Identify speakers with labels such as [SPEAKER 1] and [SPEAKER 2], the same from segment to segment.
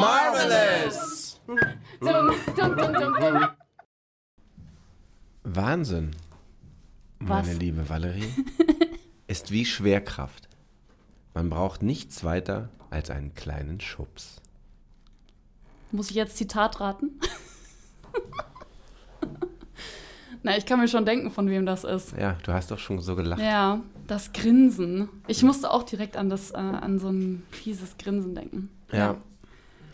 [SPEAKER 1] Marvelous!
[SPEAKER 2] Wahnsinn,
[SPEAKER 3] Was?
[SPEAKER 2] meine liebe Valerie, ist wie Schwerkraft. Man braucht nichts weiter als einen kleinen Schubs.
[SPEAKER 3] Muss ich jetzt Zitat raten? Na, ich kann mir schon denken, von wem das ist.
[SPEAKER 2] Ja, du hast doch schon so gelacht.
[SPEAKER 3] Ja, das Grinsen. Ich musste auch direkt an das, äh, an so ein fieses Grinsen denken.
[SPEAKER 2] Ja,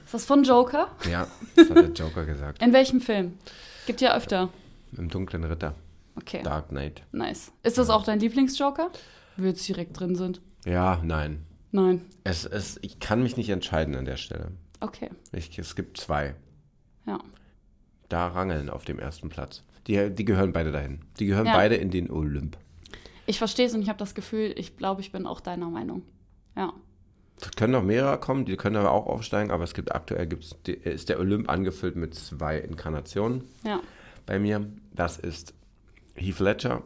[SPEAKER 3] Ist das von Joker?
[SPEAKER 2] ja, das hat der Joker gesagt.
[SPEAKER 3] In welchem Film? Gibt ja öfter.
[SPEAKER 2] Im dunklen Ritter,
[SPEAKER 3] Okay,
[SPEAKER 2] Dark Knight.
[SPEAKER 3] nice. Ist das auch dein Lieblingsjoker? Würd's direkt drin sind.
[SPEAKER 2] Ja, nein.
[SPEAKER 3] Nein.
[SPEAKER 2] Es, es, ich kann mich nicht entscheiden an der Stelle.
[SPEAKER 3] Okay.
[SPEAKER 2] Ich, es gibt zwei.
[SPEAKER 3] Ja.
[SPEAKER 2] Da rangeln auf dem ersten Platz. Die, die gehören beide dahin. Die gehören
[SPEAKER 3] Ja.
[SPEAKER 2] beide in den Olymp.
[SPEAKER 3] Ich verstehe es und ich habe das Gefühl, ich glaube, ich bin auch deiner Meinung. Ja.
[SPEAKER 2] Es können noch mehrere kommen, die können aber auch aufsteigen, aber es gibt aktuell gibt's, die- ist der Olymp angefüllt mit zwei Inkarnationen
[SPEAKER 3] Ja.
[SPEAKER 2] bei mir. Das ist Heath Ledger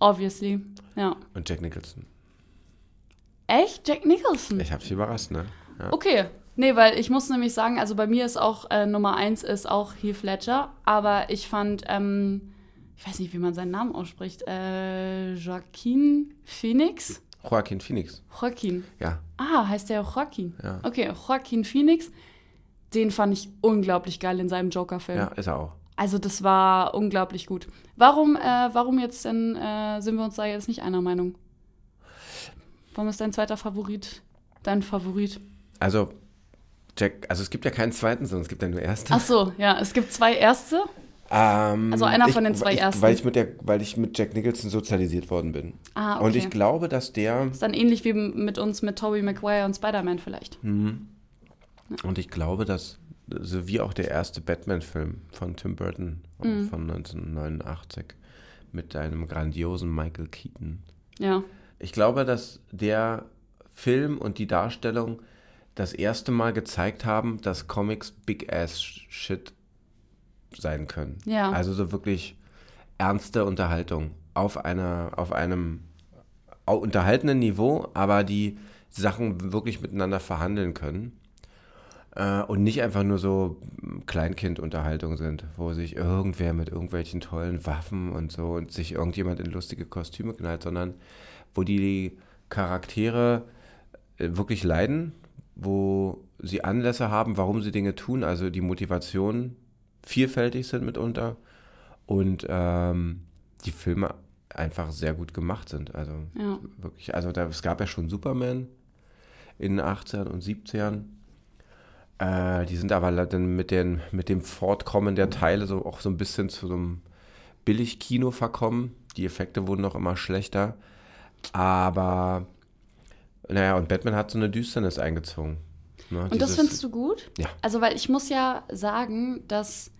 [SPEAKER 3] Obviously. Ja.
[SPEAKER 2] und Jack Nicholson.
[SPEAKER 3] Echt? Jack Nicholson?
[SPEAKER 2] Ich hab's überrascht, ne? Ja.
[SPEAKER 3] Okay. Nee, weil ich muss nämlich sagen, also bei mir ist auch äh, Nummer eins ist auch Heath Ledger, aber ich fand, ähm, ich weiß nicht, wie man seinen Namen ausspricht, äh, Joaquin Phoenix?
[SPEAKER 2] Joaquin Phoenix.
[SPEAKER 3] Joaquin.
[SPEAKER 2] Ja,
[SPEAKER 3] Ah, heißt der auch Joaquin?
[SPEAKER 2] Ja.
[SPEAKER 3] Okay, Joaquin Phoenix, den fand ich unglaublich geil in seinem Joker-Film.
[SPEAKER 2] ja, ist er auch.
[SPEAKER 3] Also das war unglaublich gut. Warum, äh, warum jetzt denn, äh, sind wir uns da jetzt nicht einer Meinung? Warum ist dein zweiter Favorit dein Favorit?
[SPEAKER 2] Also, Jack, also es gibt ja keinen zweiten, sondern es gibt ja nur ersten.
[SPEAKER 3] Ach so, ja, es gibt zwei erste.
[SPEAKER 2] Ähm,
[SPEAKER 3] Also einer
[SPEAKER 2] ich,
[SPEAKER 3] von den zwei
[SPEAKER 2] ich,
[SPEAKER 3] ersten.
[SPEAKER 2] Weil ich, mit der, weil ich mit Jack Nicholson sozialisiert worden bin.
[SPEAKER 3] Ah, okay.
[SPEAKER 2] Und ich glaube, dass der.
[SPEAKER 3] Ist dann ähnlich wie m- mit uns mit Tobey Maguire und Spider-Man vielleicht.
[SPEAKER 2] Hm. Und ich glaube, dass. So wie auch der erste Batman-Film von Tim Burton von 1989 mit einem grandiosen Michael Keaton.
[SPEAKER 3] Ja.
[SPEAKER 2] Ich glaube, dass der Film und die Darstellung das erste Mal gezeigt haben, dass Comics Big Ass Shit sein können.
[SPEAKER 3] Ja.
[SPEAKER 2] Also so wirklich ernste Unterhaltung auf einer, auf einem au- unterhaltenden Niveau, aber die Sachen wirklich miteinander verhandeln können. Äh, Und nicht einfach nur so mm, Kleinkind-Unterhaltung sind, wo sich irgendwer mit irgendwelchen tollen Waffen und so und sich irgendjemand in lustige Kostüme knallt, sondern wo die Charaktere äh, wirklich leiden, wo sie Anlässe haben, warum sie Dinge tun, also die Motivationen vielfältig sind mitunter und ähm, die Filme einfach sehr gut gemacht sind. Also
[SPEAKER 3] Ja.
[SPEAKER 2] wirklich, also da, es gab ja schon Superman in den 18ern und 70ern. Äh, die sind aber le- dann mit, den, mit dem Fortkommen der Teile so auch so ein bisschen zu so einem Billigkino verkommen. Die Effekte wurden noch immer schlechter. Aber, naja, und Batman hat so eine Düsternis eingezogen. Ne,
[SPEAKER 3] Und das
[SPEAKER 2] dieses-
[SPEAKER 3] findest du gut?
[SPEAKER 2] Ja.
[SPEAKER 3] Also, weil ich muss ja sagen, dass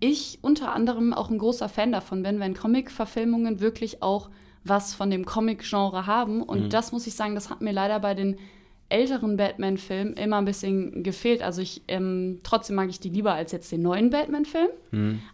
[SPEAKER 3] ich unter anderem auch ein großer Fan davon bin, wenn Comic-Verfilmungen wirklich auch was von dem Comic-Genre haben. Und das muss ich sagen, das hat mir leider bei den älteren Batman-Filmen immer ein bisschen gefehlt. Also ich ähm, trotzdem mag ich die lieber als jetzt den neuen Batman-Film.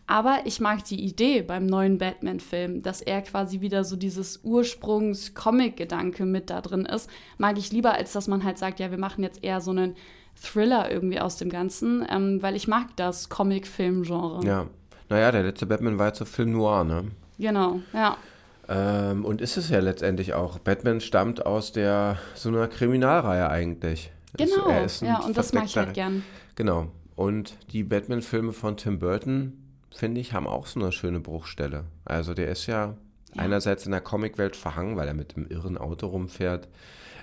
[SPEAKER 3] Aber ich mag die Idee beim neuen Batman-Film, dass er quasi wieder so dieses Ursprungs-Comic-Gedanke mit da drin ist, mag ich lieber, als dass man halt sagt, ja, wir machen jetzt eher so einen Thriller irgendwie aus dem Ganzen, ähm, weil ich mag das Comic-Film-Genre.
[SPEAKER 2] Ja. Naja, der letzte Batman war jetzt so Film Noir, ne?
[SPEAKER 3] Genau, ja.
[SPEAKER 2] Ähm, und ist es ja letztendlich auch. Batman stammt aus der so einer Kriminalreihe eigentlich.
[SPEAKER 3] Genau,
[SPEAKER 2] er ist ein
[SPEAKER 3] ja, und das mag ich halt
[SPEAKER 2] versteckter-
[SPEAKER 3] gern.
[SPEAKER 2] Genau. Und die Batman-Filme von Tim Burton, finde ich, haben auch so eine schöne Bruchstelle. Also der ist ja, einerseits in der Comicwelt verhangen, weil er mit einem irren Auto rumfährt,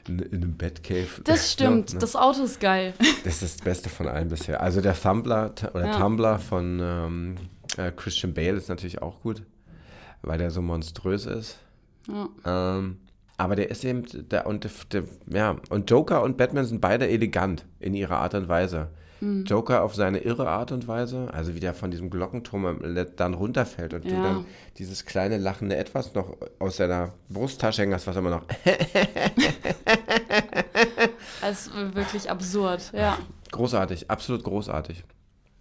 [SPEAKER 2] in, in einem Batcave.
[SPEAKER 3] Das stimmt,
[SPEAKER 2] Ja, ne?
[SPEAKER 3] das Auto ist geil.
[SPEAKER 2] Das ist das Beste von allen bisher. Also der Thumbler t- oder
[SPEAKER 3] Ja.
[SPEAKER 2] Tumblr von ähm, äh, Christian Bale ist natürlich auch gut, weil der so monströs ist.
[SPEAKER 3] Ja.
[SPEAKER 2] Ähm, aber der ist eben der und der, ja und Joker und Batman sind beide elegant in ihrer Art und Weise.
[SPEAKER 3] Mhm.
[SPEAKER 2] Joker auf seine irre Art und Weise, also wie der von diesem Glockenturm am Le- dann runterfällt und du
[SPEAKER 3] Ja.
[SPEAKER 2] dann dieses kleine lachende Etwas noch aus seiner Brusttasche hängen hast, was immer noch
[SPEAKER 3] Das ist wirklich absurd, ja.
[SPEAKER 2] großartig, absolut großartig.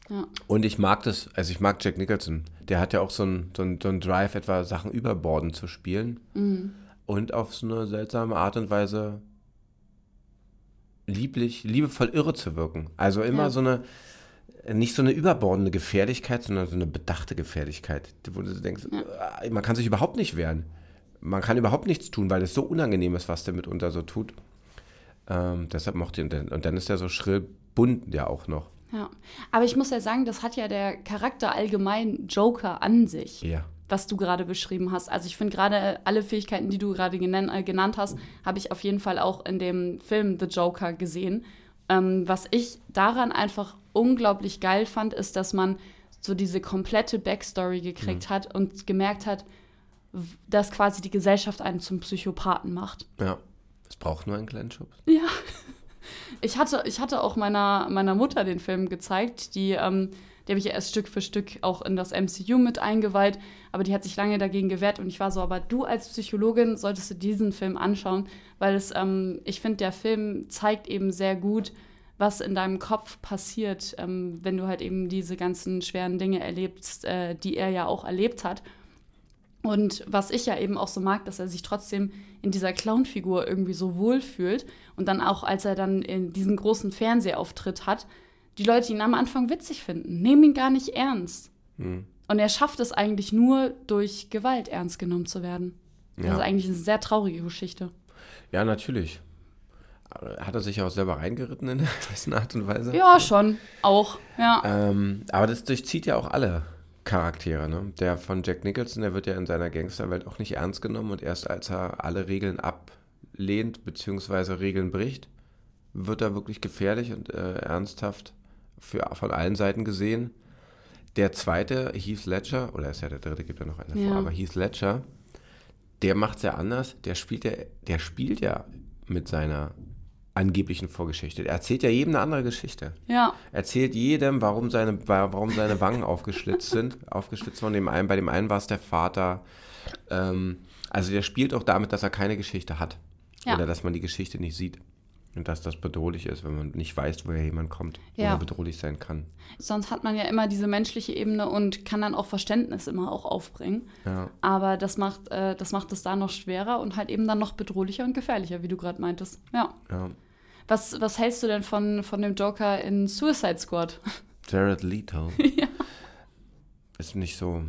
[SPEAKER 3] Ja.
[SPEAKER 2] Und ich mag das, also ich mag Jack Nicholson. Der hat ja auch so einen so einen- so einen Drive, etwa Sachen überborden zu spielen.
[SPEAKER 3] Mhm.
[SPEAKER 2] Und auf so eine seltsame Art und Weise lieblich, liebevoll irre zu wirken. Also immer
[SPEAKER 3] Ja.
[SPEAKER 2] so eine, nicht so eine überbordende Gefährlichkeit, sondern so eine bedachte Gefährlichkeit, wo du denkst, ah, man kann sich überhaupt nicht wehren. Man kann überhaupt nichts tun, weil es so unangenehm ist, was der mitunter so tut. Ähm, deshalb mochte ich ihn. denn- Und dann ist er so schrill bunt ja auch noch.
[SPEAKER 3] Ja. Aber ich muss ja sagen, das hat ja der Charakter allgemein Joker an sich,
[SPEAKER 2] Ja.
[SPEAKER 3] was du gerade beschrieben hast. Also ich finde gerade alle Fähigkeiten, die du gerade genan äh, genannt hast, habe ich auf jeden Fall auch in dem Film The Joker gesehen. Ähm, was ich daran einfach unglaublich geil fand, ist, dass man so diese komplette Backstory gekriegt hat und gemerkt hat, w- dass quasi die Gesellschaft einen zum Psychopathen macht.
[SPEAKER 2] Ja. Es braucht nur einen kleinen Schubs.
[SPEAKER 3] Ja. Ich hatte, ich hatte auch meiner, meiner Mutter den Film gezeigt, die, ähm, die habe ich ja erst Stück für Stück auch in das MCU mit eingeweiht, aber die hat sich lange dagegen gewehrt und ich war so, aber du als Psychologin solltest du diesen Film anschauen, weil es, ähm, ich finde, der Film zeigt eben sehr gut, was in deinem Kopf passiert, ähm, wenn du halt eben diese ganzen schweren Dinge erlebst, äh, die er ja auch erlebt hat. Und was ich ja eben auch so mag, dass er sich trotzdem in dieser Clown-Figur irgendwie so wohlfühlt. Und dann auch, als er dann in diesen großen Fernsehauftritt hat, die Leute ihn am Anfang witzig finden, nehmen ihn gar nicht ernst.
[SPEAKER 2] Mhm.
[SPEAKER 3] Und er schafft es eigentlich nur durch Gewalt ernst genommen zu werden.
[SPEAKER 2] Ja.
[SPEAKER 3] Also eigentlich eine sehr traurige Geschichte.
[SPEAKER 2] Ja, natürlich. Hat er sich auch selber reingeritten in einer gewissen Art und Weise?
[SPEAKER 3] Ja, schon. Auch. Ja.
[SPEAKER 2] Ähm, aber das durchzieht ja auch alle Charaktere. Ne? Der von Jack Nicholson, der wird ja in seiner Gangsterwelt auch nicht ernst genommen und erst als er alle Regeln ablehnt bzw. Regeln bricht, wird er wirklich gefährlich und äh, ernsthaft für, von allen Seiten gesehen. Der zweite, Heath Ledger, oder ist ja der dritte, gibt ja noch einen
[SPEAKER 3] Ja.
[SPEAKER 2] davor, aber Heath Ledger, der macht es ja anders. Der spielt ja, der spielt ja mit seiner angeblichen Vorgeschichte. Er erzählt ja jedem eine andere Geschichte
[SPEAKER 3] Ja.
[SPEAKER 2] erzählt jedem, warum seine, wa- warum seine Wangen aufgeschlitzt sind. Aufgeschlitzt von dem einen. Bei dem einen war es der Vater. Ähm, also der spielt auch damit, dass er keine Geschichte hat.
[SPEAKER 3] Ja.
[SPEAKER 2] Oder dass man die Geschichte nicht sieht. Und dass das bedrohlich ist, wenn man nicht weiß, woher jemand kommt.
[SPEAKER 3] Ja.
[SPEAKER 2] Oder bedrohlich sein kann.
[SPEAKER 3] Sonst hat man ja immer diese menschliche Ebene und kann dann auch Verständnis immer auch aufbringen.
[SPEAKER 2] Ja.
[SPEAKER 3] Aber das macht, äh, das macht es da noch schwerer und halt eben dann noch bedrohlicher und gefährlicher, wie du gerade meintest. Ja.
[SPEAKER 2] ja.
[SPEAKER 3] Was, was hältst du denn von, von dem Joker in Suicide Squad?
[SPEAKER 2] Jared Leto. Ist nicht so.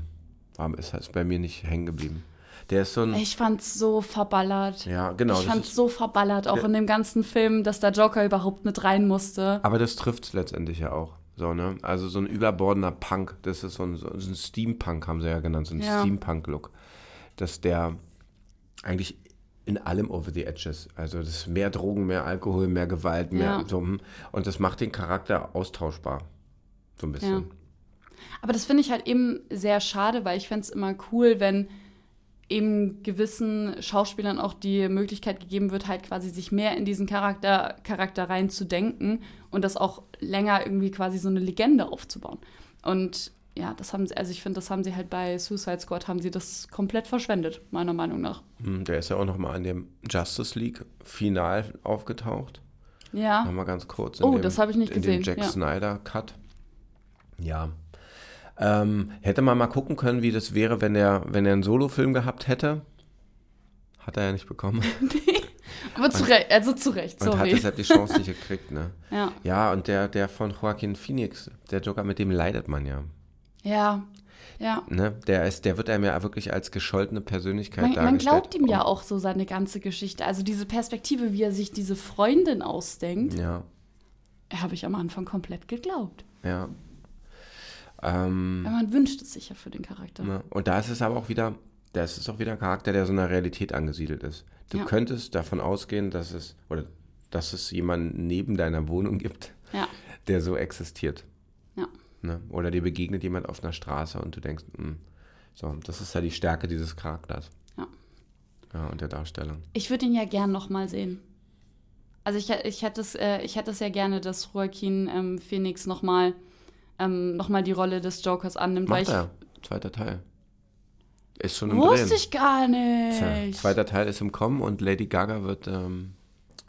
[SPEAKER 2] Warum ist das bei mir nicht hängen geblieben? Der ist so ein.
[SPEAKER 3] Ich fand's so verballert.
[SPEAKER 2] Hm. Ja, genau.
[SPEAKER 3] ich
[SPEAKER 2] das
[SPEAKER 3] fand's
[SPEAKER 2] ist,
[SPEAKER 3] so verballert, auch
[SPEAKER 2] Ja.
[SPEAKER 3] in dem ganzen Film, dass der Joker überhaupt mit rein musste.
[SPEAKER 2] Aber das trifft es letztendlich ja auch. So, ne? Also so ein überbordender Punk, das ist so ein, so ein Steampunk, haben sie ja genannt, so ein
[SPEAKER 3] Ja.
[SPEAKER 2] Steampunk-Look. Dass der eigentlich in allem over the edge ist. Also das ist mehr Drogen, mehr Alkohol, mehr Gewalt, mehr
[SPEAKER 3] Ja.
[SPEAKER 2] so. hm. Und das macht den Charakter austauschbar. So ein bisschen.
[SPEAKER 3] Aber das finde ich halt eben sehr schade, weil ich fände es immer cool, wenn eben gewissen Schauspielern auch die Möglichkeit gegeben wird, halt quasi sich mehr in diesen Charakter, Charakter reinzudenken und das auch länger irgendwie quasi so eine Legende aufzubauen. Und ja, das haben sie, also ich finde, das haben sie halt bei Suicide Squad, haben sie das komplett verschwendet, meiner Meinung nach.
[SPEAKER 2] Hm, Der ist ja auch nochmal in dem Justice League-Final aufgetaucht.
[SPEAKER 3] Ja,
[SPEAKER 2] Nochmal ganz kurz.
[SPEAKER 3] Oh, das habe ich nicht
[SPEAKER 2] in
[SPEAKER 3] gesehen,
[SPEAKER 2] Dem Jack
[SPEAKER 3] ja.
[SPEAKER 2] Snyder Cut. Ja. Ähm, hätte man mal gucken können, wie das wäre, wenn er, wenn er einen Solo-Film gehabt hätte. Hat er ja nicht bekommen.
[SPEAKER 3] aber zu Recht, also zu Recht,
[SPEAKER 2] Und hat
[SPEAKER 3] sorry.
[SPEAKER 2] deshalb die Chance nicht gekriegt, ne?
[SPEAKER 3] Ja.
[SPEAKER 2] Ja, und der, der von Joaquin Phoenix, der Joker, mit dem leidet man ja.
[SPEAKER 3] Ja, ja.
[SPEAKER 2] Ne? Der, ist, der wird einem ja wirklich als gescholtene Persönlichkeit
[SPEAKER 3] Man, man
[SPEAKER 2] dargestellt.
[SPEAKER 3] glaubt ihm
[SPEAKER 2] Oh.
[SPEAKER 3] ja auch so seine ganze Geschichte. Also diese Perspektive, wie er sich diese Freundin ausdenkt,
[SPEAKER 2] Ja,
[SPEAKER 3] habe ich am Anfang komplett geglaubt.
[SPEAKER 2] ja. Ähm,
[SPEAKER 3] Aber man wünscht es sich ja für den Charakter.
[SPEAKER 2] Ne? Und da ist es aber auch wieder, das ist auch wieder ein Charakter, der so einer Realität angesiedelt ist. Du
[SPEAKER 3] Ja.
[SPEAKER 2] könntest davon ausgehen, dass es, oder dass es jemanden neben deiner Wohnung gibt,
[SPEAKER 3] Ja,
[SPEAKER 2] der so existiert.
[SPEAKER 3] ja.
[SPEAKER 2] Ne? Oder dir begegnet jemand auf einer Straße und du denkst, "Hm, so, das ist ja die Stärke dieses Charakters.
[SPEAKER 3] Ja.
[SPEAKER 2] Ja, und der Darstellung.
[SPEAKER 3] Ich würde ihn ja gern nochmal sehen. Also ich, hä- ich, hätte es, äh, ich hätte es ja gerne, dass Joaquin ähm, Phoenix nochmal ähm, noch mal die Rolle des Jokers annimmt. weil
[SPEAKER 2] Macht
[SPEAKER 3] ich
[SPEAKER 2] er. Zweiter Teil. Ist schon im Drehen.
[SPEAKER 3] Wusste ich gar
[SPEAKER 2] Tja,
[SPEAKER 3] nicht.
[SPEAKER 2] Zweiter Teil ist im Kommen und Lady Gaga wird ähm,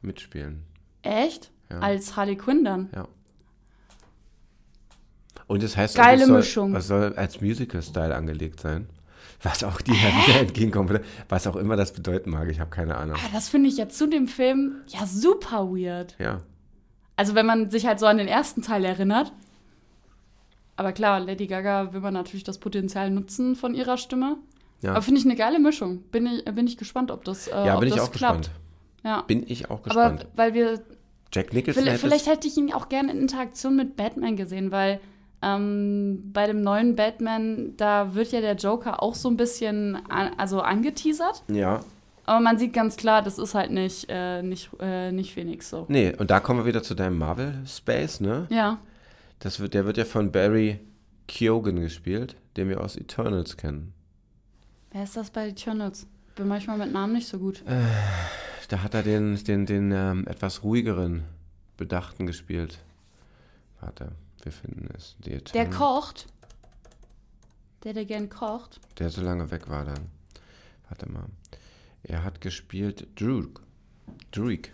[SPEAKER 2] mitspielen.
[SPEAKER 3] Echt?
[SPEAKER 2] Ja.
[SPEAKER 3] Als Harley Quinn dann?
[SPEAKER 2] Ja. Und das heißt,
[SPEAKER 3] Geile
[SPEAKER 2] es soll,
[SPEAKER 3] Mischung.
[SPEAKER 2] Es soll als Musical-Style angelegt sein. Was auch die wieder entgegenkommen würde. Was auch immer das bedeuten mag, ich habe keine Ahnung.
[SPEAKER 3] Ah, das finde ich ja zu dem Film ja super weird.
[SPEAKER 2] Ja.
[SPEAKER 3] Also wenn man sich halt so an den ersten Teil erinnert. Aber klar, Lady Gaga will man natürlich das Potenzial nutzen von ihrer Stimme.
[SPEAKER 2] Ja,
[SPEAKER 3] Aber finde ich eine geile Mischung. Bin ich, bin ich gespannt, ob das, äh,
[SPEAKER 2] ja
[SPEAKER 3] ob
[SPEAKER 2] bin ich
[SPEAKER 3] das
[SPEAKER 2] auch
[SPEAKER 3] klappt.
[SPEAKER 2] gespannt.
[SPEAKER 3] Ja.
[SPEAKER 2] Bin ich auch
[SPEAKER 3] Aber
[SPEAKER 2] gespannt.
[SPEAKER 3] weil wir
[SPEAKER 2] Jack Nicholson
[SPEAKER 3] Vielleicht,
[SPEAKER 2] hätte
[SPEAKER 3] vielleicht hätte ich ihn auch gerne in Interaktion mit Batman gesehen, weil ähm, bei dem neuen Batman, da wird ja der Joker auch so ein bisschen an, also angeteasert.
[SPEAKER 2] Ja,
[SPEAKER 3] Aber man sieht ganz klar, das ist halt nicht, äh, nicht, äh, nicht Phoenix so.
[SPEAKER 2] nee, und da kommen wir wieder zu deinem Marvel-Space, ne?
[SPEAKER 3] Ja,
[SPEAKER 2] Das wird, der wird ja von Barry Keoghan gespielt, den wir aus Eternals kennen.
[SPEAKER 3] wer ist das bei Eternals? Bin manchmal mit Namen nicht so gut.
[SPEAKER 2] Ähm. Da hat er den, den, den ähm, etwas ruhigeren Bedachten gespielt. Warte, wir finden es. Die
[SPEAKER 3] der
[SPEAKER 2] Eternals-
[SPEAKER 3] kocht. Der, der gern kocht.
[SPEAKER 2] Der so lange weg war dann. Warte mal. Er hat gespielt Druk. Druk.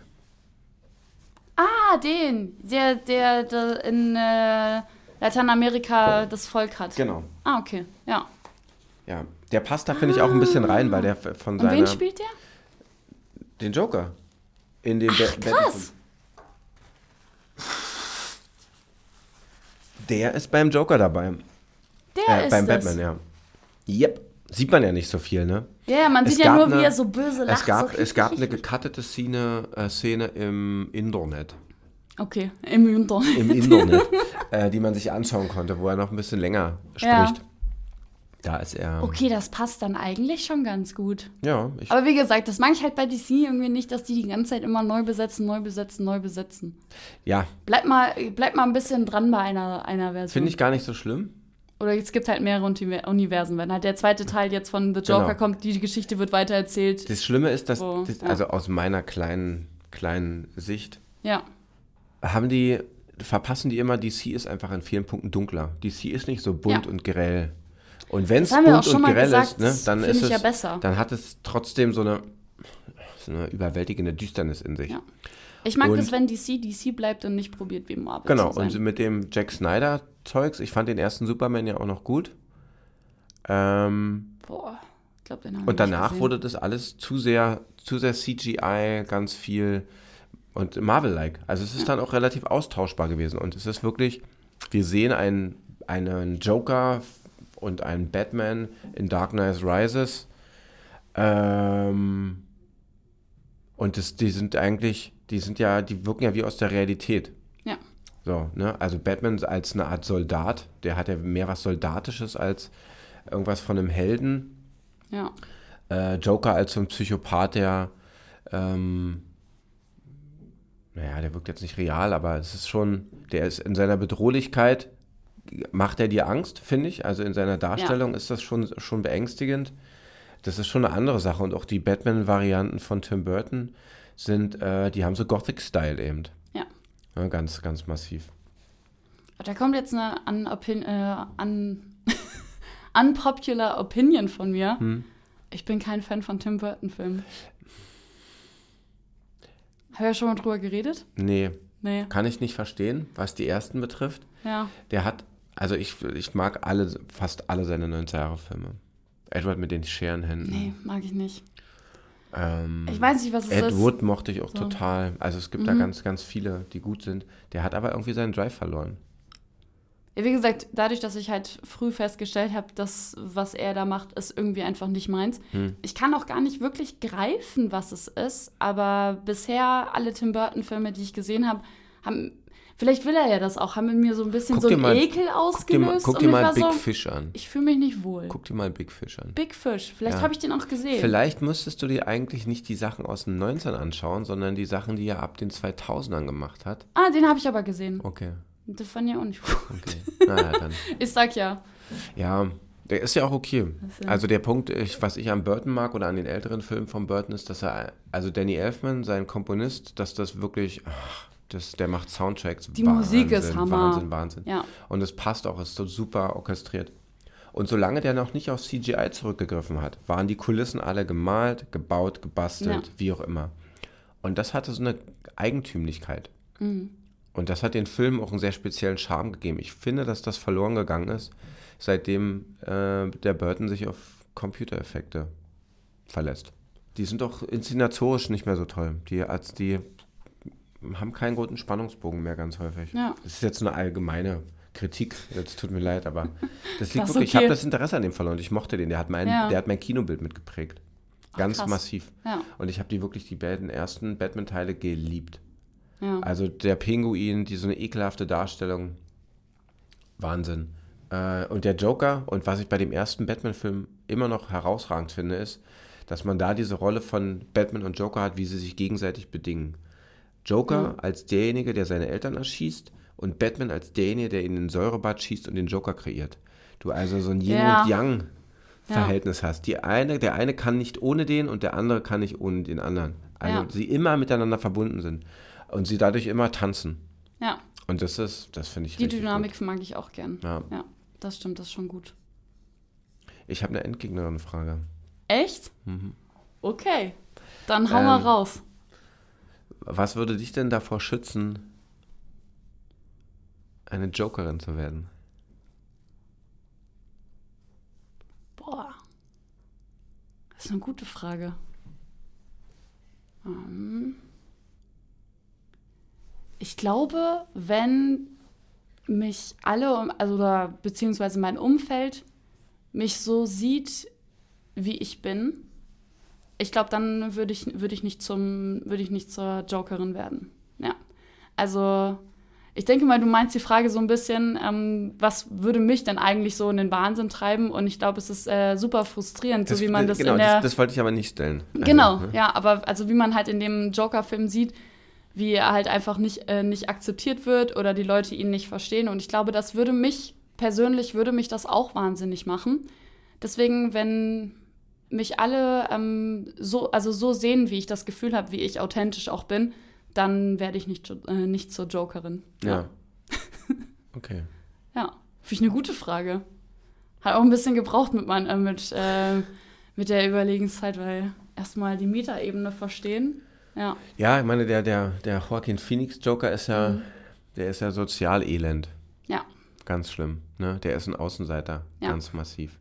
[SPEAKER 3] Ah, den. Der, der, der in äh, Lateinamerika das Volk hat.
[SPEAKER 2] Genau.
[SPEAKER 3] Ah, okay. Ja.
[SPEAKER 2] Ja, der passt da, finde ich, auch ein bisschen rein, weil der f- von
[SPEAKER 3] Und
[SPEAKER 2] seiner...
[SPEAKER 3] wen spielt der?
[SPEAKER 2] Den Joker. In dem Ach,
[SPEAKER 3] Krass.
[SPEAKER 2] Der ist beim Joker dabei.
[SPEAKER 3] Der
[SPEAKER 2] äh,
[SPEAKER 3] ist
[SPEAKER 2] beim
[SPEAKER 3] es.
[SPEAKER 2] Batman, ja. Yep. Sieht man ja nicht so viel, ne?
[SPEAKER 3] Ja, ja, man
[SPEAKER 2] Es
[SPEAKER 3] sieht ja
[SPEAKER 2] gab
[SPEAKER 3] nur,
[SPEAKER 2] eine-
[SPEAKER 3] wie er so böse lacht.
[SPEAKER 2] es gab,
[SPEAKER 3] so
[SPEAKER 2] es gab ne- eine gecuttete Szene, äh, Szene im Internet.
[SPEAKER 3] Okay, im Winter.
[SPEAKER 2] Im Internet, äh, die man sich anschauen konnte, wo er noch ein bisschen länger spricht.
[SPEAKER 3] Ja.
[SPEAKER 2] Da ist er.
[SPEAKER 3] Okay, das passt dann eigentlich schon ganz gut.
[SPEAKER 2] Ja, ich,
[SPEAKER 3] Aber wie gesagt, das mag ich halt bei DC irgendwie nicht, dass die die ganze Zeit immer neu besetzen, neu besetzen, neu besetzen.
[SPEAKER 2] ja
[SPEAKER 3] Bleib mal, bleib mal ein bisschen dran bei einer, einer Version.
[SPEAKER 2] finde ich gar nicht so schlimm.
[SPEAKER 3] Oder es gibt halt mehrere Unti- Universen. Wenn halt der zweite Teil jetzt von The Joker
[SPEAKER 2] Genau.
[SPEAKER 3] kommt, die Geschichte wird weitererzählt.
[SPEAKER 2] Das Schlimme ist, dass,
[SPEAKER 3] So,
[SPEAKER 2] das,
[SPEAKER 3] ja.
[SPEAKER 2] also aus meiner kleinen, kleinen Sicht,
[SPEAKER 3] Ja.
[SPEAKER 2] haben die, verpassen die immer, DC ist einfach in vielen Punkten dunkler. DC ist nicht so bunt
[SPEAKER 3] Ja.
[SPEAKER 2] und grell. Und wenn es
[SPEAKER 3] Das haben wir auch
[SPEAKER 2] bunt
[SPEAKER 3] schon
[SPEAKER 2] und
[SPEAKER 3] mal
[SPEAKER 2] grell
[SPEAKER 3] gesagt,
[SPEAKER 2] ist, ne,
[SPEAKER 3] das
[SPEAKER 2] dann
[SPEAKER 3] finde
[SPEAKER 2] ist
[SPEAKER 3] ich
[SPEAKER 2] es,
[SPEAKER 3] ja besser.
[SPEAKER 2] dann hat es trotzdem so eine, so eine überwältigende Düsternis in sich.
[SPEAKER 3] Ja. Ich mag
[SPEAKER 2] Und-
[SPEAKER 3] das, wenn DC DC bleibt und nicht probiert, wie Marvel
[SPEAKER 2] Genau,
[SPEAKER 3] zu sein.
[SPEAKER 2] und mit dem Jack Snyder-Zeugs, ich fand den ersten Superman ja auch noch gut. Ähm,
[SPEAKER 3] Boah, ich glaube, den haben wir
[SPEAKER 2] und
[SPEAKER 3] nicht
[SPEAKER 2] danach
[SPEAKER 3] gesehen.
[SPEAKER 2] wurde das alles zu sehr, zu sehr CGI, ganz viel und Marvel-like. Also es ist dann auch relativ austauschbar gewesen. Und es ist wirklich, wir sehen einen, einen Joker und einen Batman in Dark Knight Rises. Ähm, und das, die sind eigentlich, die sind ja, die wirken ja wie aus der Realität.
[SPEAKER 3] Ja.
[SPEAKER 2] So, ne? Also Batman als eine Art Soldat, der hat ja mehr was Soldatisches als irgendwas von einem Helden.
[SPEAKER 3] Ja.
[SPEAKER 2] Äh, Joker als so ein Psychopath, der, ähm, naja, der wirkt jetzt nicht real, aber es ist schon, der ist in seiner Bedrohlichkeit, macht er dir Angst, finde ich. Also in seiner Darstellung ist das schon, schon beängstigend. Das ist schon eine andere Sache. Und auch die Batman-Varianten von Tim Burton sind, äh, die haben so Gothic-Style eben.
[SPEAKER 3] Ja.
[SPEAKER 2] Ja, ganz, ganz massiv.
[SPEAKER 3] Da kommt jetzt eine un opin äh, un unpopular Opinion von mir.
[SPEAKER 2] Hm.
[SPEAKER 3] Ich bin kein Fan von Tim Burton-Filmen. Haben wir schon mal drüber geredet?
[SPEAKER 2] Nee,
[SPEAKER 3] Nee.
[SPEAKER 2] kann ich nicht verstehen, was die ersten betrifft.
[SPEAKER 3] Ja.
[SPEAKER 2] Der hat, also ich, ich mag alle, fast alle seine 90 Jahre Filme. Edward mit den Scherenhänden.
[SPEAKER 3] Nee, mag ich nicht.
[SPEAKER 2] Ähm,
[SPEAKER 3] Ich weiß nicht, was es
[SPEAKER 2] Ed
[SPEAKER 3] ist.
[SPEAKER 2] Wood mochte ich auch
[SPEAKER 3] So. Mhm.
[SPEAKER 2] total. Also es gibt da ganz, ganz viele, die gut sind. Der hat aber irgendwie seinen Drive verloren.
[SPEAKER 3] Ja, Wie gesagt, dadurch, dass ich halt früh festgestellt habe, dass was er da macht, ist irgendwie einfach nicht meins.
[SPEAKER 2] Hm.
[SPEAKER 3] Ich kann auch gar nicht wirklich greifen, was es ist, aber bisher alle Tim Burton-Filme, die ich gesehen habe, haben, vielleicht will er ja das auch, haben in mir so ein bisschen
[SPEAKER 2] Guck
[SPEAKER 3] so
[SPEAKER 2] dir
[SPEAKER 3] einen
[SPEAKER 2] mal-
[SPEAKER 3] Ekel
[SPEAKER 2] Guck dir mal,
[SPEAKER 3] ausgelöst.
[SPEAKER 2] guck dir mal
[SPEAKER 3] und ich
[SPEAKER 2] Big
[SPEAKER 3] war so,
[SPEAKER 2] Fish an.
[SPEAKER 3] ich fühle mich nicht wohl.
[SPEAKER 2] Guck dir mal Big Fish an.
[SPEAKER 3] Big Fish, vielleicht
[SPEAKER 2] Ja.
[SPEAKER 3] habe ich den auch gesehen.
[SPEAKER 2] Vielleicht müsstest du dir eigentlich nicht die Sachen aus den 90ern anschauen, sondern die Sachen, die er ab den 2000ern gemacht hat.
[SPEAKER 3] Ah, den habe ich aber gesehen.
[SPEAKER 2] Okay,
[SPEAKER 3] Das fand ich auch nicht gut.
[SPEAKER 2] okay. naja, dann.
[SPEAKER 3] Ich sag ja.
[SPEAKER 2] Ja, der ist ja auch okay.
[SPEAKER 3] ja-
[SPEAKER 2] Also der Punkt, ich, was ich an Burton mag oder an den älteren Filmen von Burton ist, dass er, also Danny Elfman, sein Komponist, dass das wirklich, ach, das, der macht Soundtracks.
[SPEAKER 3] Die Musik ist Hammer.
[SPEAKER 2] Wahnsinn, Wahnsinn.
[SPEAKER 3] Ja.
[SPEAKER 2] Und es passt auch, ist so super orchestriert. Und solange der noch nicht auf CGI zurückgegriffen hat, waren die Kulissen alle gemalt, gebaut, gebastelt,
[SPEAKER 3] Ja.
[SPEAKER 2] wie auch immer. Und das hatte so eine Eigentümlichkeit. Und das hat den Film auch einen sehr speziellen Charme gegeben. Ich finde, dass das verloren gegangen ist, seitdem äh, der Burton sich auf Computereffekte verlässt. Die sind doch inszenatorisch nicht mehr so toll. Die, als die haben keinen guten Spannungsbogen mehr ganz häufig.
[SPEAKER 3] Ja.
[SPEAKER 2] Das ist jetzt eine allgemeine Kritik. Das tut mir leid, aber das liegt
[SPEAKER 3] Das ist
[SPEAKER 2] wirklich. Ich
[SPEAKER 3] okay.
[SPEAKER 2] habe das Interesse an dem verloren. Ich mochte den. Der hat mein,
[SPEAKER 3] Ja.
[SPEAKER 2] der hat mein Kinobild mitgeprägt. Ganz
[SPEAKER 3] krass.
[SPEAKER 2] massiv.
[SPEAKER 3] Ja,
[SPEAKER 2] Und ich habe die wirklich die beiden ersten Batman-Teile geliebt.
[SPEAKER 3] ja.
[SPEAKER 2] Also der Pinguin, die so eine ekelhafte Darstellung. Wahnsinn. Äh, und der Joker, und was ich bei dem ersten Batman-Film immer noch herausragend finde, ist, dass man da diese Rolle von Batman und Joker hat, wie sie sich gegenseitig bedingen. Joker als derjenige, der seine Eltern erschießt, und Batman als derjenige, der ihn in den Säurebad schießt und den Joker kreiert. Du also so ein Yin
[SPEAKER 3] Ja.
[SPEAKER 2] und Yang
[SPEAKER 3] Ja.
[SPEAKER 2] Verhältnis hast. Die eine, der eine kann nicht ohne den und der andere kann nicht ohne den anderen. Also
[SPEAKER 3] Ja.
[SPEAKER 2] sie immer miteinander verbunden sind und sie dadurch immer tanzen.
[SPEAKER 3] ja.
[SPEAKER 2] Und das ist, das finde ich
[SPEAKER 3] Die
[SPEAKER 2] richtig
[SPEAKER 3] Dynamik mag ich auch gern.
[SPEAKER 2] Ja.
[SPEAKER 3] ja, das stimmt, das ist schon gut.
[SPEAKER 2] Gut. Ich habe eine Endgegnerin-Frage. Mhm.
[SPEAKER 3] Echt? Okay. Dann hau
[SPEAKER 2] Ähm,
[SPEAKER 3] mal raus.
[SPEAKER 2] Was würde dich denn davor schützen, eine Jokerin zu werden?
[SPEAKER 3] Boah. Das ist eine gute Frage. Ähm, ich glaube, wenn mich alle, um- also oder, beziehungsweise mein Umfeld mich so sieht, wie ich bin, ich glaube, dann würde ich, würde ich nicht zum, würde ich nicht zur Jokerin werden. Ja. Also, ich denke mal, du meinst die Frage so ein bisschen, ähm, was würde mich denn eigentlich so in den Wahnsinn treiben? Und ich glaube, es ist äh, super frustrierend, so wie man das
[SPEAKER 2] genau,
[SPEAKER 3] in der.
[SPEAKER 2] das, das wollte ich aber nicht stellen.
[SPEAKER 3] Genau,
[SPEAKER 2] Also, ne?
[SPEAKER 3] ja, aber also wie man halt in dem Joker-Film sieht, wie er halt einfach nicht, äh, nicht akzeptiert wird oder die Leute ihn nicht verstehen. Und ich glaube, das würde mich, persönlich würde mich das auch wahnsinnig machen. Deswegen, wenn mich alle ähm, so, also so sehen, wie ich das Gefühl habe, wie ich authentisch auch bin, dann werde ich nicht, jo- äh, nicht zur Jokerin.
[SPEAKER 2] Ja. Okay.
[SPEAKER 3] Ja, finde ich eine gute Frage. Hat auch ein bisschen gebraucht mit, mein, äh, mit, äh, mit der Überlegenszeit, weil erstmal die Metaebene verstehen. Ja,
[SPEAKER 2] Ja, ich meine, der, der, der Joaquin Phoenix Joker ist ja, der ist ja sozial elend.
[SPEAKER 3] Mhm. ja,
[SPEAKER 2] Ganz schlimm. Ne? Der ist ein Außenseiter.
[SPEAKER 3] Ja.
[SPEAKER 2] Ganz massiv.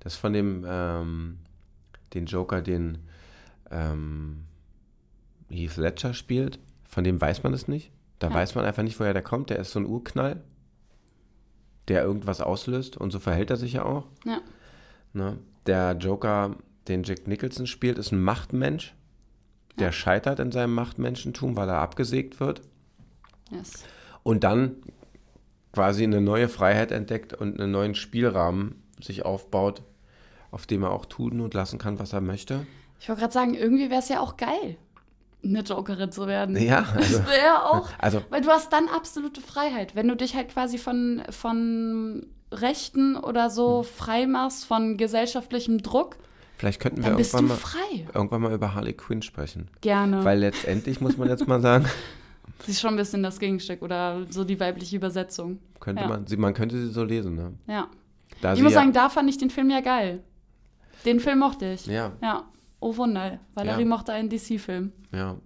[SPEAKER 2] Das von dem, ähm, den Joker, den ähm, Heath Ledger spielt, von dem weiß man es nicht. Da
[SPEAKER 3] Ja.
[SPEAKER 2] weiß man einfach nicht, woher der kommt. Der ist so ein Urknall, der irgendwas auslöst und so verhält er sich ja auch.
[SPEAKER 3] ja,
[SPEAKER 2] Ne? Der Joker, den Jack Nicholson spielt, ist ein Machtmensch. Der scheitert in seinem Machtmenschentum, weil er abgesägt wird
[SPEAKER 3] yes.
[SPEAKER 2] und dann quasi eine neue Freiheit entdeckt und einen neuen Spielrahmen sich aufbaut, auf dem er auch tun und lassen kann, was er möchte.
[SPEAKER 3] Ich wollte gerade sagen, irgendwie wäre es ja auch geil, eine Jokerin zu werden.
[SPEAKER 2] Ja, also,
[SPEAKER 3] Das wäre auch,
[SPEAKER 2] also
[SPEAKER 3] weil du hast dann absolute Freiheit. Wenn du dich halt quasi von, von Rechten oder so
[SPEAKER 2] Hm.
[SPEAKER 3] frei machst, von gesellschaftlichem Druck,
[SPEAKER 2] vielleicht könnten wir
[SPEAKER 3] dann bist du
[SPEAKER 2] irgendwann mal,
[SPEAKER 3] frei.
[SPEAKER 2] irgendwann mal über Harley Quinn sprechen.
[SPEAKER 3] Gerne.
[SPEAKER 2] Weil letztendlich muss man jetzt mal sagen,
[SPEAKER 3] das ist schon ein bisschen das Gegenstück oder so die weibliche Übersetzung.
[SPEAKER 2] könnte
[SPEAKER 3] Ja.
[SPEAKER 2] man, sie, man könnte sie so lesen. Ne?
[SPEAKER 3] Ja.
[SPEAKER 2] Da
[SPEAKER 3] Ich
[SPEAKER 2] sie
[SPEAKER 3] muss
[SPEAKER 2] ja,
[SPEAKER 3] sagen, da fand ich den Film ja geil. Den Film mochte ich. Ja.
[SPEAKER 2] ja,
[SPEAKER 3] Oh Wunder. Valerie
[SPEAKER 2] Ja.
[SPEAKER 3] mochte einen DC-Film.
[SPEAKER 2] ja.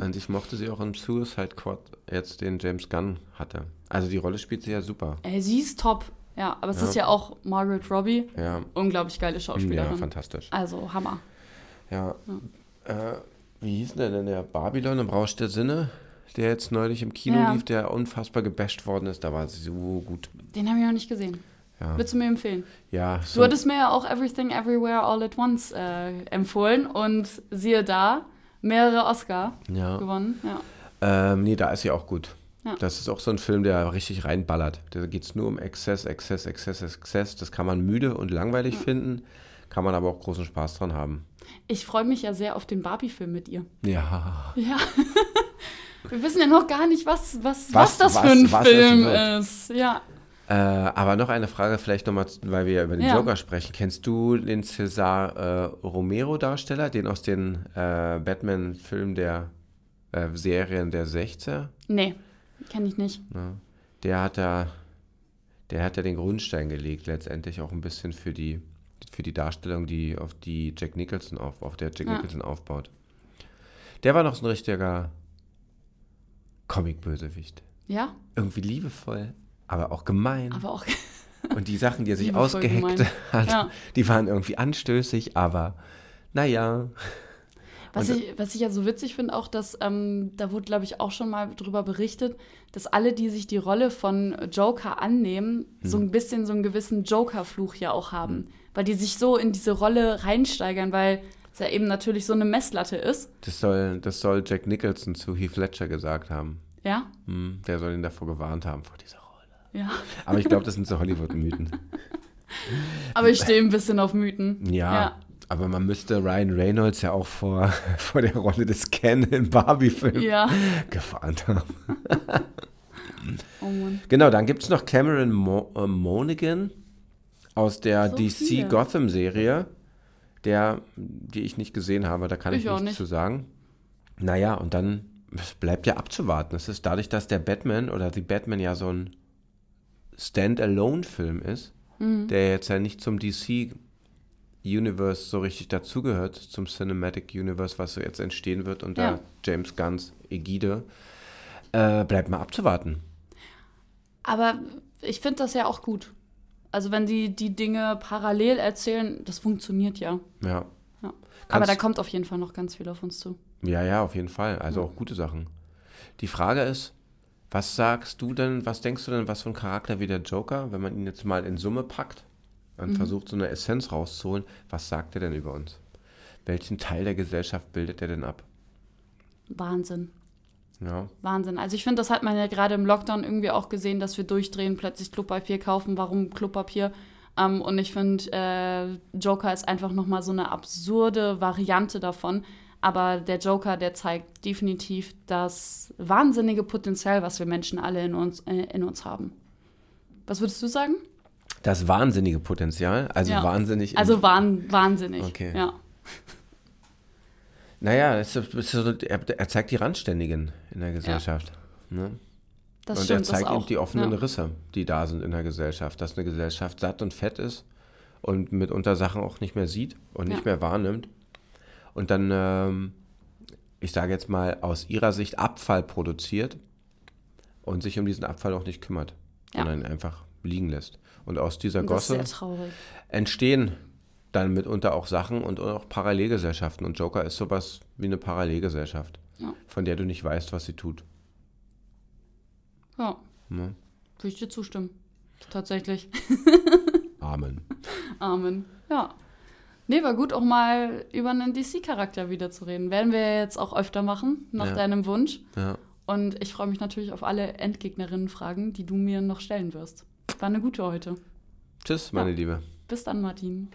[SPEAKER 2] Und ich mochte sie auch im Suicide Squad, jetzt den James Gunn hatte. Also die Rolle spielt sie ja super.
[SPEAKER 3] Ey, sie ist top. Ja, aber es
[SPEAKER 2] Ja.
[SPEAKER 3] ist ja auch Margaret Robbie.
[SPEAKER 2] Ja,
[SPEAKER 3] Unglaublich geile
[SPEAKER 2] ja
[SPEAKER 3] Schauspielerin.
[SPEAKER 2] fantastisch.
[SPEAKER 3] also Hammer.
[SPEAKER 2] Ja. Äh, wie hieß denn der denn der Babylon im Rausch der Sinne, der jetzt neulich im Kino
[SPEAKER 3] Ja.
[SPEAKER 2] lief, der unfassbar gebasht worden ist? Da war sie so gut.
[SPEAKER 3] Den habe ich noch nicht gesehen.
[SPEAKER 2] Ja.
[SPEAKER 3] Würdest du mir empfehlen?
[SPEAKER 2] ja
[SPEAKER 3] Du hattest mir ja auch Everything Everywhere All at Once äh, empfohlen und siehe da, mehrere Oscar
[SPEAKER 2] ja.
[SPEAKER 3] gewonnen. Ja.
[SPEAKER 2] Ähm, nee, da ist sie auch gut.
[SPEAKER 3] Ja.
[SPEAKER 2] Das ist auch so ein Film, der richtig reinballert. Da geht es nur um Exzess, Exzess, Exzess, Exzess. Das kann man müde und langweilig finden, kann man aber auch großen Spaß dran haben.
[SPEAKER 3] Ich freue mich ja sehr auf den Barbie-Film mit ihr.
[SPEAKER 2] Ja.
[SPEAKER 3] Ja. Wir wissen ja noch gar nicht, was, was, was,
[SPEAKER 2] Was-
[SPEAKER 3] das
[SPEAKER 2] was-
[SPEAKER 3] für ein
[SPEAKER 2] was es
[SPEAKER 3] Film
[SPEAKER 2] wird.
[SPEAKER 3] ist. Ja.
[SPEAKER 2] Äh, aber noch eine Frage, vielleicht nochmal, weil wir ja über den
[SPEAKER 3] Ja.
[SPEAKER 2] Joker sprechen. Kennst du den Cesar äh, Romero-Darsteller, den aus den äh, Batman-Filmen der äh, Serien der 60er?
[SPEAKER 3] Nee, kenne ich nicht.
[SPEAKER 2] Ne? Der hat da, der hat ja den Grundstein gelegt, letztendlich auch ein bisschen für die, für die Darstellung, die auf die Jack Nicholson auf, auf der Jack
[SPEAKER 3] Ja.
[SPEAKER 2] Nicholson aufbaut. Der war noch so ein richtiger Comic-Bösewicht.
[SPEAKER 3] Ja,
[SPEAKER 2] Irgendwie liebevoll, aber auch gemein.
[SPEAKER 3] aber auch.
[SPEAKER 2] Und die Sachen, die er sich
[SPEAKER 3] Liebevoll
[SPEAKER 2] ausgeheckt
[SPEAKER 3] gemein.
[SPEAKER 2] hat,
[SPEAKER 3] Ja.
[SPEAKER 2] die waren irgendwie anstößig, aber naja.
[SPEAKER 3] Was
[SPEAKER 2] Und- äh,
[SPEAKER 3] ich, was ich ja so witzig finde, auch, dass ähm, da wurde, glaube ich, auch schon mal drüber berichtet, dass alle, die sich die Rolle von Joker annehmen, so
[SPEAKER 2] Hm.
[SPEAKER 3] ein bisschen so einen gewissen Joker-Fluch ja auch haben. Weil die sich so in diese Rolle reinsteigern, weil es ja eben natürlich so eine Messlatte ist.
[SPEAKER 2] Das soll, das soll Jack Nicholson zu Heath Ledger gesagt haben.
[SPEAKER 3] Ja,
[SPEAKER 2] Hm, der soll ihn davor gewarnt haben, vor dieser Rolle.
[SPEAKER 3] ja.
[SPEAKER 2] Aber ich glaube, das sind so Hollywood-Mythen.
[SPEAKER 3] Aber ich stehe ein bisschen auf Mythen.
[SPEAKER 2] Äh. Ja, aber man müsste Ryan Reynolds ja auch vor, vor der Rolle des Ken im
[SPEAKER 3] Ja.
[SPEAKER 2] Barbie-Film
[SPEAKER 3] ja.
[SPEAKER 2] gewarnt haben.
[SPEAKER 3] Oh Mann.
[SPEAKER 2] Genau, dann gibt es noch Cameron Mo äh, Monaghan aus der
[SPEAKER 3] So viele.
[SPEAKER 2] DC Gotham-Serie, der, die ich nicht gesehen habe, da kann ich,
[SPEAKER 3] Ich auch
[SPEAKER 2] nichts
[SPEAKER 3] nicht.
[SPEAKER 2] zu sagen. Naja, und dann es bleibt ja abzuwarten. Es ist dadurch, dass der Batman oder die Batman ja so ein Standalone-Film ist,
[SPEAKER 3] Mhm.
[SPEAKER 2] der jetzt ja nicht zum DC Universe so richtig dazugehört, zum Cinematic Universe, was so jetzt entstehen wird unter
[SPEAKER 3] Ja.
[SPEAKER 2] James Gunns Ägide, äh, bleibt mal abzuwarten.
[SPEAKER 3] Aber ich finde das ja auch gut. Also, wenn die die Dinge parallel erzählen, das funktioniert ja.
[SPEAKER 2] Ja.
[SPEAKER 3] ja. Aber
[SPEAKER 2] Kannst-
[SPEAKER 3] da kommt auf jeden Fall noch ganz viel auf uns zu.
[SPEAKER 2] Ja, ja, auf jeden Fall. Also auch gute Sachen. Die Frage ist, was sagst du denn, was denkst du denn, was für ein Charakter wie der Joker, wenn man ihn jetzt mal in Summe packt und
[SPEAKER 3] Mhm.
[SPEAKER 2] versucht, so eine Essenz rauszuholen, was sagt er denn über uns? Welchen Teil der Gesellschaft bildet er denn ab?
[SPEAKER 3] Wahnsinn.
[SPEAKER 2] Ja,
[SPEAKER 3] Wahnsinn. Also ich finde, das hat man ja gerade im Lockdown irgendwie auch gesehen, dass wir durchdrehen, plötzlich Klopapier kaufen. Warum Klopapier? Ähm, und ich finde, äh, Joker ist einfach noch mal so eine absurde Variante davon. Aber der Joker, der zeigt definitiv das wahnsinnige Potenzial, was wir Menschen alle in uns, äh, in uns haben. Was würdest du sagen?
[SPEAKER 2] das wahnsinnige Potenzial, also
[SPEAKER 3] Ja.
[SPEAKER 2] wahnsinnig. im-
[SPEAKER 3] Also wahn, wahnsinnig.
[SPEAKER 2] Okay.
[SPEAKER 3] Ja.
[SPEAKER 2] naja, es ist, es ist so, er, er zeigt die Randständigen in der Gesellschaft. Ne?
[SPEAKER 3] Das
[SPEAKER 2] und
[SPEAKER 3] stimmt.
[SPEAKER 2] er zeigt
[SPEAKER 3] das auch.
[SPEAKER 2] eben die offenen
[SPEAKER 3] ja.
[SPEAKER 2] Risse, die da sind in der Gesellschaft. Dass eine Gesellschaft satt und fett ist und mitunter Sachen auch nicht mehr sieht und
[SPEAKER 3] Ja.
[SPEAKER 2] nicht mehr wahrnimmt. Und dann, ähm, ich sage jetzt mal, aus ihrer Sicht Abfall produziert und sich um diesen Abfall auch nicht kümmert,
[SPEAKER 3] Ja.
[SPEAKER 2] sondern ihn einfach liegen lässt. Und aus dieser
[SPEAKER 3] Das ist
[SPEAKER 2] Gosse
[SPEAKER 3] sehr traurig.
[SPEAKER 2] entstehen dann mitunter auch Sachen und auch Parallelgesellschaften. Und Joker ist sowas wie eine Parallelgesellschaft,
[SPEAKER 3] Ja.
[SPEAKER 2] von der du nicht weißt, was sie tut.
[SPEAKER 3] Ja,
[SPEAKER 2] Ne?
[SPEAKER 3] würde ich dir zustimmen. Tatsächlich.
[SPEAKER 2] Amen.
[SPEAKER 3] Amen. Ja. Nee, war gut, auch mal über einen DC-Charakter wieder zu reden. Werden wir jetzt auch öfter machen, nach
[SPEAKER 2] Ja.
[SPEAKER 3] deinem Wunsch.
[SPEAKER 2] Ja.
[SPEAKER 3] Und ich freue mich natürlich auf alle Endgegnerinnen-Fragen, die du mir noch stellen wirst. War eine gute heute.
[SPEAKER 2] Tschüss, meine Liebe.
[SPEAKER 3] Bis dann, Martin.